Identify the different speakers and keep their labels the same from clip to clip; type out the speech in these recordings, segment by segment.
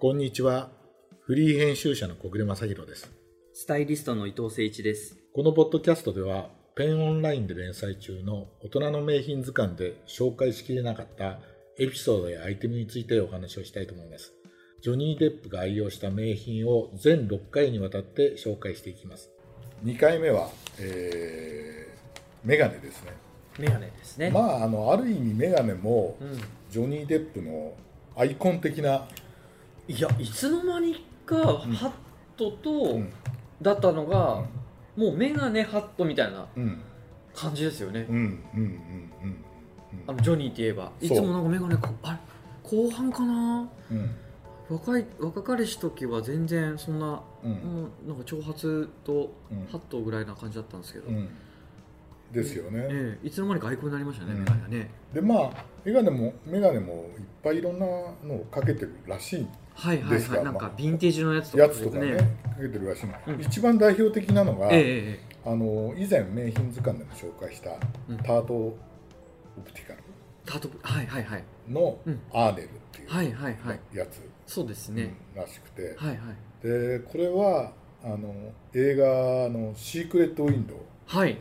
Speaker 1: こんにちは。フリー編集者の小暮正弘です。
Speaker 2: スタイリストの伊藤誠一です。
Speaker 1: このポッドキャストでは、ペンオンラインで連載中の大人の名品図鑑で紹介しきれなかったエピソードやアイテムについてお話をしたいと思います。ジョニー・デップが愛用した名品を全6回にわたって紹介していきます。2回目は、えー、メガネですね。
Speaker 2: メガネですね。
Speaker 1: あ、あの、ある意味メガネも
Speaker 2: うん。
Speaker 1: ジョニー・デップのアイコン的ない
Speaker 2: や、いつの間にか、ハットと
Speaker 1: ん、
Speaker 2: だったのが、もうメガネ、ハットみたいな
Speaker 1: うん、
Speaker 2: 感じですよね
Speaker 1: うん、う。ん、うん、うん
Speaker 2: あの、ジョニーって言えば。
Speaker 1: そう
Speaker 2: いつもなんかメガネか、あれ後半かな
Speaker 1: うん、
Speaker 2: 若い、若彼氏時は全然そんな、
Speaker 1: うん、
Speaker 2: もうなんか長髪と
Speaker 1: うん
Speaker 2: ハットぐらいな感じだったんですけど。
Speaker 1: うん、ですよね。
Speaker 2: ええいつの間にかアイコンになりましたね、
Speaker 1: うん
Speaker 2: メガネはね。
Speaker 1: で、まあ、眼鏡も、眼鏡もいっぱいいろんなのをかけてるらしい。
Speaker 2: はいは
Speaker 1: で
Speaker 2: い
Speaker 1: す
Speaker 2: は
Speaker 1: か
Speaker 2: い。なん
Speaker 1: ま
Speaker 2: か
Speaker 1: あ、
Speaker 2: ヴィンテージのやつとか
Speaker 1: やつとかね、かけてるらしいの。
Speaker 2: うん
Speaker 1: 一番代表的なのが、
Speaker 2: えええええ
Speaker 1: あの、以前名品図鑑でも紹介した。
Speaker 2: うん
Speaker 1: タートオプティカル
Speaker 2: え。タートプ、はいはいはい。
Speaker 1: の
Speaker 2: うん
Speaker 1: アーネルってい
Speaker 2: はいはいはい。
Speaker 1: うやつ、
Speaker 2: そうですね。
Speaker 1: うんらしくて。
Speaker 2: はいはい。
Speaker 1: で、これは、あの、映画のシークレットウィンドウ。
Speaker 2: はい。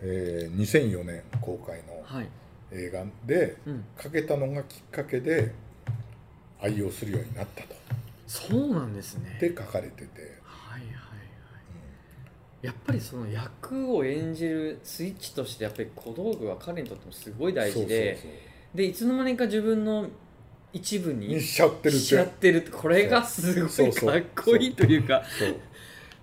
Speaker 1: えー、2004年公開の
Speaker 2: はい。
Speaker 1: 映画で
Speaker 2: うん。
Speaker 1: かけたのがきっかけで愛用するようになったと
Speaker 2: そうなんですね。
Speaker 1: で書かれてて、
Speaker 2: はいはいはい。やっぱりその役を演じるスイッチとしてやっぱり小道具は彼にとってもすごい大事で
Speaker 1: そうそう
Speaker 2: でいつの間にか自分の一部
Speaker 1: そうに
Speaker 2: に
Speaker 1: しちゃってるって
Speaker 2: しちゃってるってこれがすご
Speaker 1: そう
Speaker 2: い
Speaker 1: そう
Speaker 2: かっこいいというか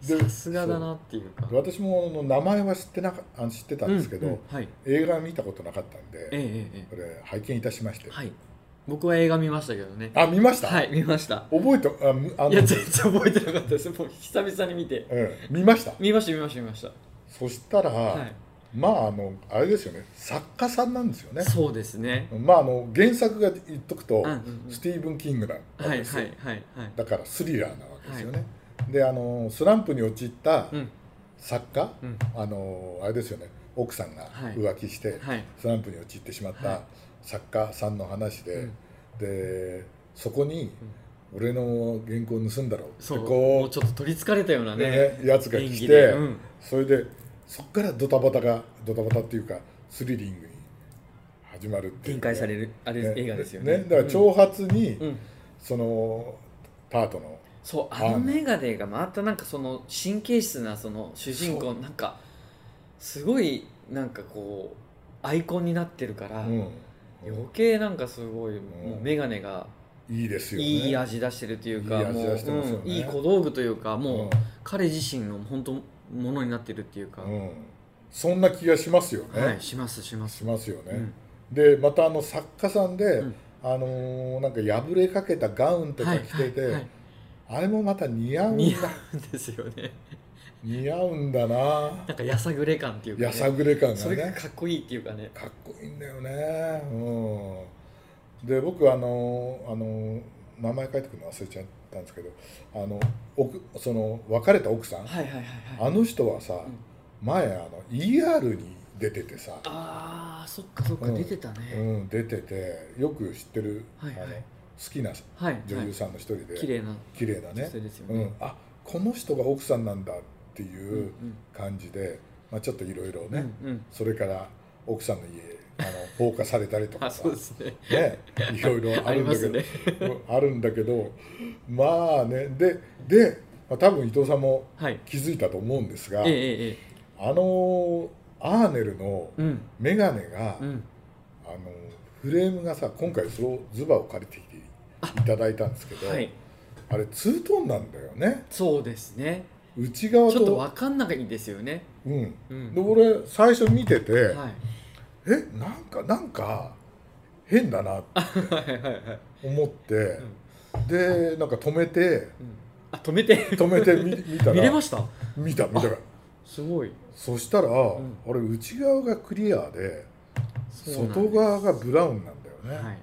Speaker 1: そう
Speaker 2: さすがだなっていうか
Speaker 1: そう私もあの名前は知ってなかあの知ってたんですけど、
Speaker 2: ううはい
Speaker 1: 映画見たことなかったん
Speaker 2: ええ
Speaker 1: で
Speaker 2: ええ
Speaker 1: これ拝見いたしまして、
Speaker 2: ええはい僕は映画見ましたけどね
Speaker 1: あ見ました、
Speaker 2: はい見ました
Speaker 1: 覚えてあむあの
Speaker 2: いや全然覚えてなかったですもう久々に見て
Speaker 1: うん、見ました
Speaker 2: 見ました見ました見ました
Speaker 1: そしたら、
Speaker 2: はい
Speaker 1: まああのあれですよね作家さんなんですよね
Speaker 2: そうですね。
Speaker 1: まああの原作が言っとくと、
Speaker 2: うんうん
Speaker 1: スティーブン・キングだっ
Speaker 2: うん
Speaker 1: たん
Speaker 2: はい
Speaker 1: で
Speaker 2: は
Speaker 1: すよ
Speaker 2: いはいはい。
Speaker 1: だからスリラーなわけですよね、であのスランプに陥った
Speaker 2: うん
Speaker 1: 作家、
Speaker 2: うん
Speaker 1: あのあれですよね奥さんが
Speaker 2: はい
Speaker 1: 浮気して、
Speaker 2: はい。
Speaker 1: スランプに陥ってしまっ
Speaker 2: はい
Speaker 1: た作家さんの話で、
Speaker 2: うん
Speaker 1: でそこに俺の原稿盗んだろって
Speaker 2: そう。も
Speaker 1: こ
Speaker 2: うちょっと取りつかれたような
Speaker 1: う、
Speaker 2: ね。
Speaker 1: ねやつが
Speaker 2: 演
Speaker 1: 来て、
Speaker 2: 技で。うん
Speaker 1: それでそこからドタバタがドタバタっていうかスリリングに始まるっていう
Speaker 2: 展
Speaker 1: か
Speaker 2: 開されるあれ
Speaker 1: ね
Speaker 2: 映画ですよね。
Speaker 1: だから
Speaker 2: う
Speaker 1: 挑発に、
Speaker 2: んうん
Speaker 1: そのタートの
Speaker 2: そうあのメガネがまたなんかその神経質なその主人
Speaker 1: そ
Speaker 2: 公なんかすごいなんかこうアイコンになってるから。余計なんかすごい、もうメガネが
Speaker 1: いいですよね
Speaker 2: いい味出してるというか
Speaker 1: いい味出してますよね
Speaker 2: もううんいい小道具というかもう、
Speaker 1: うん
Speaker 2: 彼自身の本当ものになってるっていうか、
Speaker 1: うんそんな気がしますよね、
Speaker 2: はいしますします
Speaker 1: しますよね、
Speaker 2: うん
Speaker 1: でまたあの作家さんで、
Speaker 2: うん
Speaker 1: あのーなんか破れかけたガウンとか着てて、
Speaker 2: はい はい
Speaker 1: あれもまた似合うんだ
Speaker 2: 似合うんですよね
Speaker 1: 似合うんだ な
Speaker 2: なんかやさぐれ感っていうか、
Speaker 1: や
Speaker 2: ね、
Speaker 1: さぐれ感が
Speaker 2: それが
Speaker 1: ね
Speaker 2: かっこいいっていうかね
Speaker 1: かっこいいんだよねうんで僕あのーあのー名前書いてくるの忘れちゃったんですけどあの奥その別れた奥さん、
Speaker 2: はいはいはいはい
Speaker 1: あの人はさ、
Speaker 2: ん
Speaker 1: 前あの ER に出ててさ、
Speaker 2: あーそっかそっか、
Speaker 1: うん
Speaker 2: 出てた
Speaker 1: う
Speaker 2: ね、
Speaker 1: ん、出ててよく知ってる、
Speaker 2: はいはい
Speaker 1: あの好きな
Speaker 2: はい
Speaker 1: 女優
Speaker 2: は
Speaker 1: さんの一人で、
Speaker 2: い、綺麗な
Speaker 1: 綺麗だ
Speaker 2: 女
Speaker 1: ね
Speaker 2: 性ですよ
Speaker 1: う
Speaker 2: ね
Speaker 1: ん、あこの人が奥さんなんだって
Speaker 2: うん
Speaker 1: いう感じで、まあ、ちょっといろいろ
Speaker 2: うん
Speaker 1: ね、
Speaker 2: うんうん
Speaker 1: それから奥さんの家あの 放火されたりと
Speaker 2: あ
Speaker 1: かさ
Speaker 2: そうですね
Speaker 1: ねいろいろあ
Speaker 2: あり
Speaker 1: るん
Speaker 2: ま
Speaker 1: だけ
Speaker 2: す
Speaker 1: ど
Speaker 2: ね
Speaker 1: あるんだけどまあねでで、まあ、多分伊藤さんも
Speaker 2: はい
Speaker 1: 気づいたと思うんですが、
Speaker 2: えええええ
Speaker 1: あのアーネルの
Speaker 2: えうん
Speaker 1: 眼鏡が、
Speaker 2: うん
Speaker 1: あのフレームがさ今回そのズバを借りてきていただいたんですけどあ,、
Speaker 2: はい
Speaker 1: れツートーンなんだよね
Speaker 2: そうですね
Speaker 1: 内側
Speaker 2: ち
Speaker 1: と
Speaker 2: ょっとわかんないですよね
Speaker 1: うん、
Speaker 2: うん
Speaker 1: で俺最初見てて、
Speaker 2: はい
Speaker 1: えなんかなんか変だなって
Speaker 2: はいはいはい
Speaker 1: 思って、でなんか止めて
Speaker 2: うんあ止めて
Speaker 1: 止めて み見たら
Speaker 2: 見れました
Speaker 1: 見た見たら
Speaker 2: すごい
Speaker 1: そしたら、
Speaker 2: ん
Speaker 1: あれ内側がクリアで
Speaker 2: そうなんです
Speaker 1: 外側がブラウンなんだよね、
Speaker 2: はい、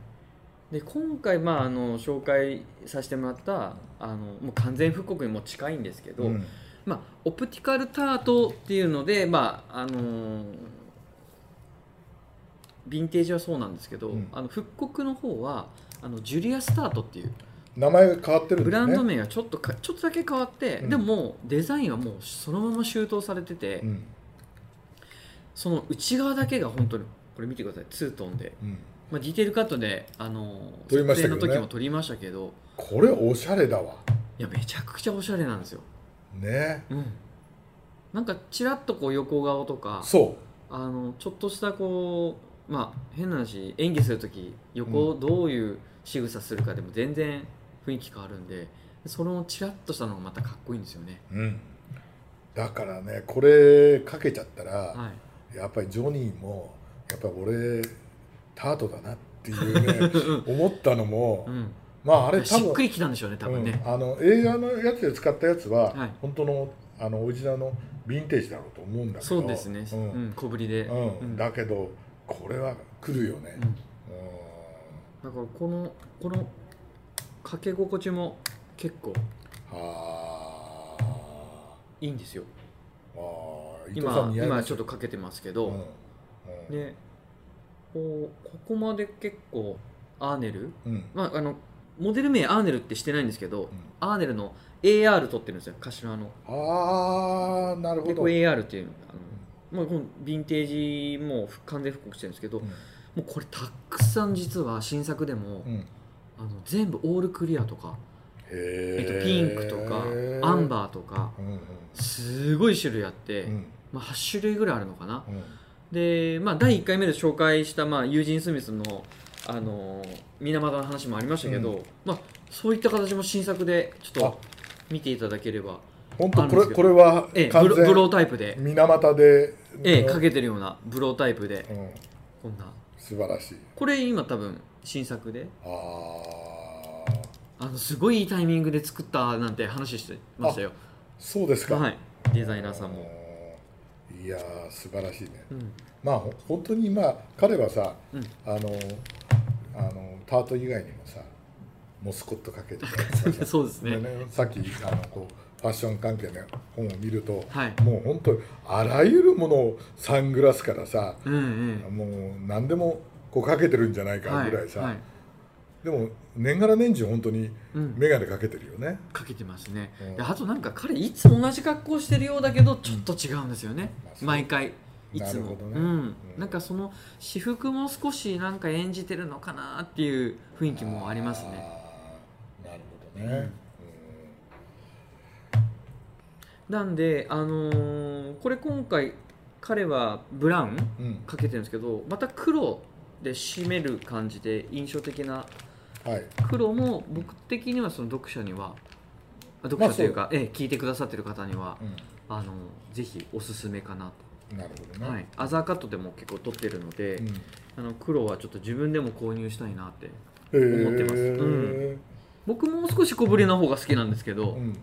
Speaker 2: で今回、まあ、あの紹介させてもらったあのもう完全復刻にも近いんですけど、
Speaker 1: うん
Speaker 2: まあ、オプティカルタートっていうので、まああのーヴィンテージはそうなんですけど、
Speaker 1: うん
Speaker 2: あの復刻の方はあのジュリア・スタートっていう
Speaker 1: 名前が変わってるん
Speaker 2: ブ
Speaker 1: だ
Speaker 2: ラ
Speaker 1: よね
Speaker 2: ンド名がちょっとかちょっとだけ変わって、
Speaker 1: うん
Speaker 2: でももうデザインはもうそのまま周到されてて、
Speaker 1: うん
Speaker 2: その内側だけが本当にこれ見てくださいツートンで、
Speaker 1: うん
Speaker 2: まあ、ディテールカットであの
Speaker 1: 撮りましたけど
Speaker 2: の
Speaker 1: ね
Speaker 2: 時も撮りましたけど
Speaker 1: これおしゃれだわ
Speaker 2: いやめちゃくちゃおしゃれなんですよ、
Speaker 1: ね
Speaker 2: うん、なんかちらっとこう横顔とか
Speaker 1: そ
Speaker 2: あのちょっとしたこうまあ変な話演技する時横をどういう仕草するかでも全然雰囲気変わるんでそのちらっとしたのがまたかっこいいんですよね
Speaker 1: う、うん、だからねこれかけちゃったら、
Speaker 2: はい
Speaker 1: やっぱりジョニーもやっぱり俺タートだなっていうね 思ったのも、
Speaker 2: うん、
Speaker 1: まああれ多
Speaker 2: しっく
Speaker 1: 分
Speaker 2: りきたんでしょうね多分ね、
Speaker 1: うんあの映画のやつで使ったやつは、
Speaker 2: はい
Speaker 1: 本当のあのオリジナルのヴィンテージだろうと思うんだけど
Speaker 2: そうですね、う
Speaker 1: うんん
Speaker 2: 小ぶりで、
Speaker 1: うん
Speaker 2: うん
Speaker 1: だけどこれは来るよね
Speaker 2: う、ん
Speaker 1: うん
Speaker 2: だからこのこのかけ心地も結構
Speaker 1: は
Speaker 2: いいんですよ
Speaker 1: ああー伊藤さ
Speaker 2: 今
Speaker 1: ん似合いま
Speaker 2: 今
Speaker 1: す
Speaker 2: ちょっとかけてますけ
Speaker 1: う
Speaker 2: ど、
Speaker 1: んうん
Speaker 2: でこうここまで結構アーネル、
Speaker 1: うん
Speaker 2: まあ、あのモデル名アーネルってしてないんですけど、
Speaker 1: うん
Speaker 2: アーネルの AR 撮ってるんですよ頭の
Speaker 1: ああなるほ
Speaker 2: で
Speaker 1: ど、
Speaker 2: これ AR っていうあの、まあ、このヴィンテージも完全復刻してるんですけど、
Speaker 1: う
Speaker 2: も
Speaker 1: ん
Speaker 2: うこれたくさん実は新作でも、
Speaker 1: うん
Speaker 2: あの全部オールクリアとか、え
Speaker 1: え
Speaker 2: っと、ピンクとかアンバーとか
Speaker 1: ー、うんうん
Speaker 2: すごい種類あって、
Speaker 1: うん
Speaker 2: まあ、8種類ぐらいあるのかな、
Speaker 1: うん
Speaker 2: で、まあ、第1回目で紹介した、まあ、ユージン・スミスの、あのー水俣の話もありましたけど、
Speaker 1: う
Speaker 2: まあ、そういった形も新作でちょっ
Speaker 1: あ
Speaker 2: と見ていただければ、
Speaker 1: 本当
Speaker 2: あるん
Speaker 1: こ
Speaker 2: です
Speaker 1: れ
Speaker 2: けど
Speaker 1: これは
Speaker 2: ええ、ブ
Speaker 1: 完
Speaker 2: ロブロー
Speaker 1: 全
Speaker 2: タイプで、
Speaker 1: 水俣で、
Speaker 2: ええ、
Speaker 1: うん
Speaker 2: かけてるようなブロータイプで
Speaker 1: うん、
Speaker 2: こんな
Speaker 1: 素晴らしい
Speaker 2: これ今多分新作で
Speaker 1: ああ
Speaker 2: あのすごいいいタイミングで作ったなんて話してましたよ、
Speaker 1: そうですか、
Speaker 2: はい、デザイナーさんも、
Speaker 1: うんいやー素晴らしいね
Speaker 2: うん
Speaker 1: まあほ本当にまあ彼はさ、
Speaker 2: うん
Speaker 1: あのあのタート以外にもさモスコットかけてたりとかさ
Speaker 2: そうですね
Speaker 1: でねさっきあのこうファッション関係の本を見ると、
Speaker 2: はい
Speaker 1: もう本当にあらゆるものをサングラスからさ、
Speaker 2: うんうん
Speaker 1: もう何でもこうかけてるんじゃないか
Speaker 2: はい
Speaker 1: ぐらいさ、
Speaker 2: はい
Speaker 1: でも年がら年中本当に
Speaker 2: うん、
Speaker 1: 眼鏡かけてるよね、
Speaker 2: かけてますね、
Speaker 1: うん
Speaker 2: であとなんか彼いつも同じ格好してるようだけどちょっと違うんですよね、
Speaker 1: まあそう
Speaker 2: 毎回いつ
Speaker 1: なる
Speaker 2: も、
Speaker 1: ほどね
Speaker 2: うん
Speaker 1: うん
Speaker 2: なんかその私服も少しなんか演じてるのかなっていう雰囲気もありますね
Speaker 1: あーなるほどね、
Speaker 2: なんであのーこれ今回彼はブラウン
Speaker 1: うんうん
Speaker 2: かけてるんですけどまた黒で締める感じで印象的な
Speaker 1: はい
Speaker 2: 黒も僕的にはその読者にはあ読者というか、ええ聞いてくださってる方には、
Speaker 1: う
Speaker 2: あのぜひおすすめかなと
Speaker 1: ん、なるほどね、
Speaker 2: はい、アザーカットでも結構撮ってるので、
Speaker 1: うん
Speaker 2: あの黒はちょっと自分でも購入したいなって
Speaker 1: へー
Speaker 2: 思ってますうん僕もう少し小ぶりの方が好きなんですけど、
Speaker 1: うんうん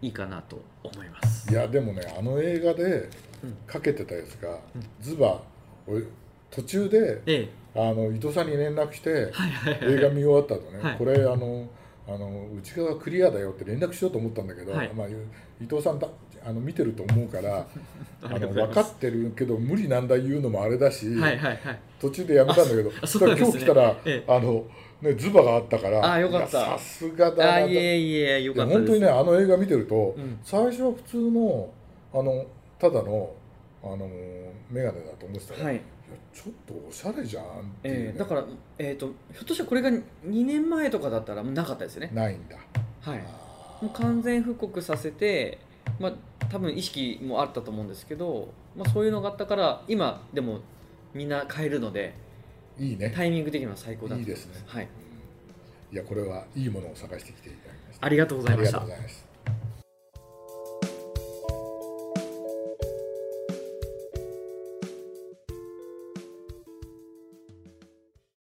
Speaker 2: いいかなと思います
Speaker 1: いやでもねあの映画で
Speaker 2: うん
Speaker 1: かけてたやつが、
Speaker 2: うん
Speaker 1: ズバ俺途中で
Speaker 2: え
Speaker 1: あの伊藤さんに連絡して
Speaker 2: えはいはい
Speaker 1: 映
Speaker 2: は
Speaker 1: 画
Speaker 2: い
Speaker 1: 見終わった後ね、
Speaker 2: はい
Speaker 1: これあのあのうち側クリアだよって連絡しようと思ったんだけど、
Speaker 2: はい
Speaker 1: まあ、伊藤さんだあの見てると思う からあ
Speaker 2: ありがと
Speaker 1: の
Speaker 2: うござい
Speaker 1: 分
Speaker 2: ます
Speaker 1: かってるけど無理なんだ言うのもあれだし、
Speaker 2: はいはいはい
Speaker 1: 途中でやめたんだけど
Speaker 2: あそうなん
Speaker 1: だから
Speaker 2: で
Speaker 1: 今
Speaker 2: す
Speaker 1: 日
Speaker 2: ね
Speaker 1: 来たら、
Speaker 2: え
Speaker 1: あのね、ズバがあったから
Speaker 2: あよかった
Speaker 1: いやさすがだ
Speaker 2: あ
Speaker 1: なと
Speaker 2: いえいえよ
Speaker 1: いや
Speaker 2: かった
Speaker 1: 本当
Speaker 2: です
Speaker 1: にねあの映画見てると、
Speaker 2: うん
Speaker 1: 最初は普通のあのただのあの眼鏡だと思ってたら、、
Speaker 2: はいい、
Speaker 1: やちょっとおしゃれじゃんっていうね、
Speaker 2: ええだから、えー、とひょっとしたらこれが2年前とかだったらもうなかったですね
Speaker 1: ないんだ
Speaker 2: はい
Speaker 1: あー
Speaker 2: もう完全復刻させて、まあ、多分意識もあったと思うんですけど、まあ、そういうのがあったから今でもみんな買えるので
Speaker 1: いいね
Speaker 2: タイミング的には最高だと思
Speaker 1: いいですね
Speaker 2: はい、
Speaker 1: いやこれはいいものを探してきていただきました
Speaker 2: ありがとうございました
Speaker 1: ありがとうございました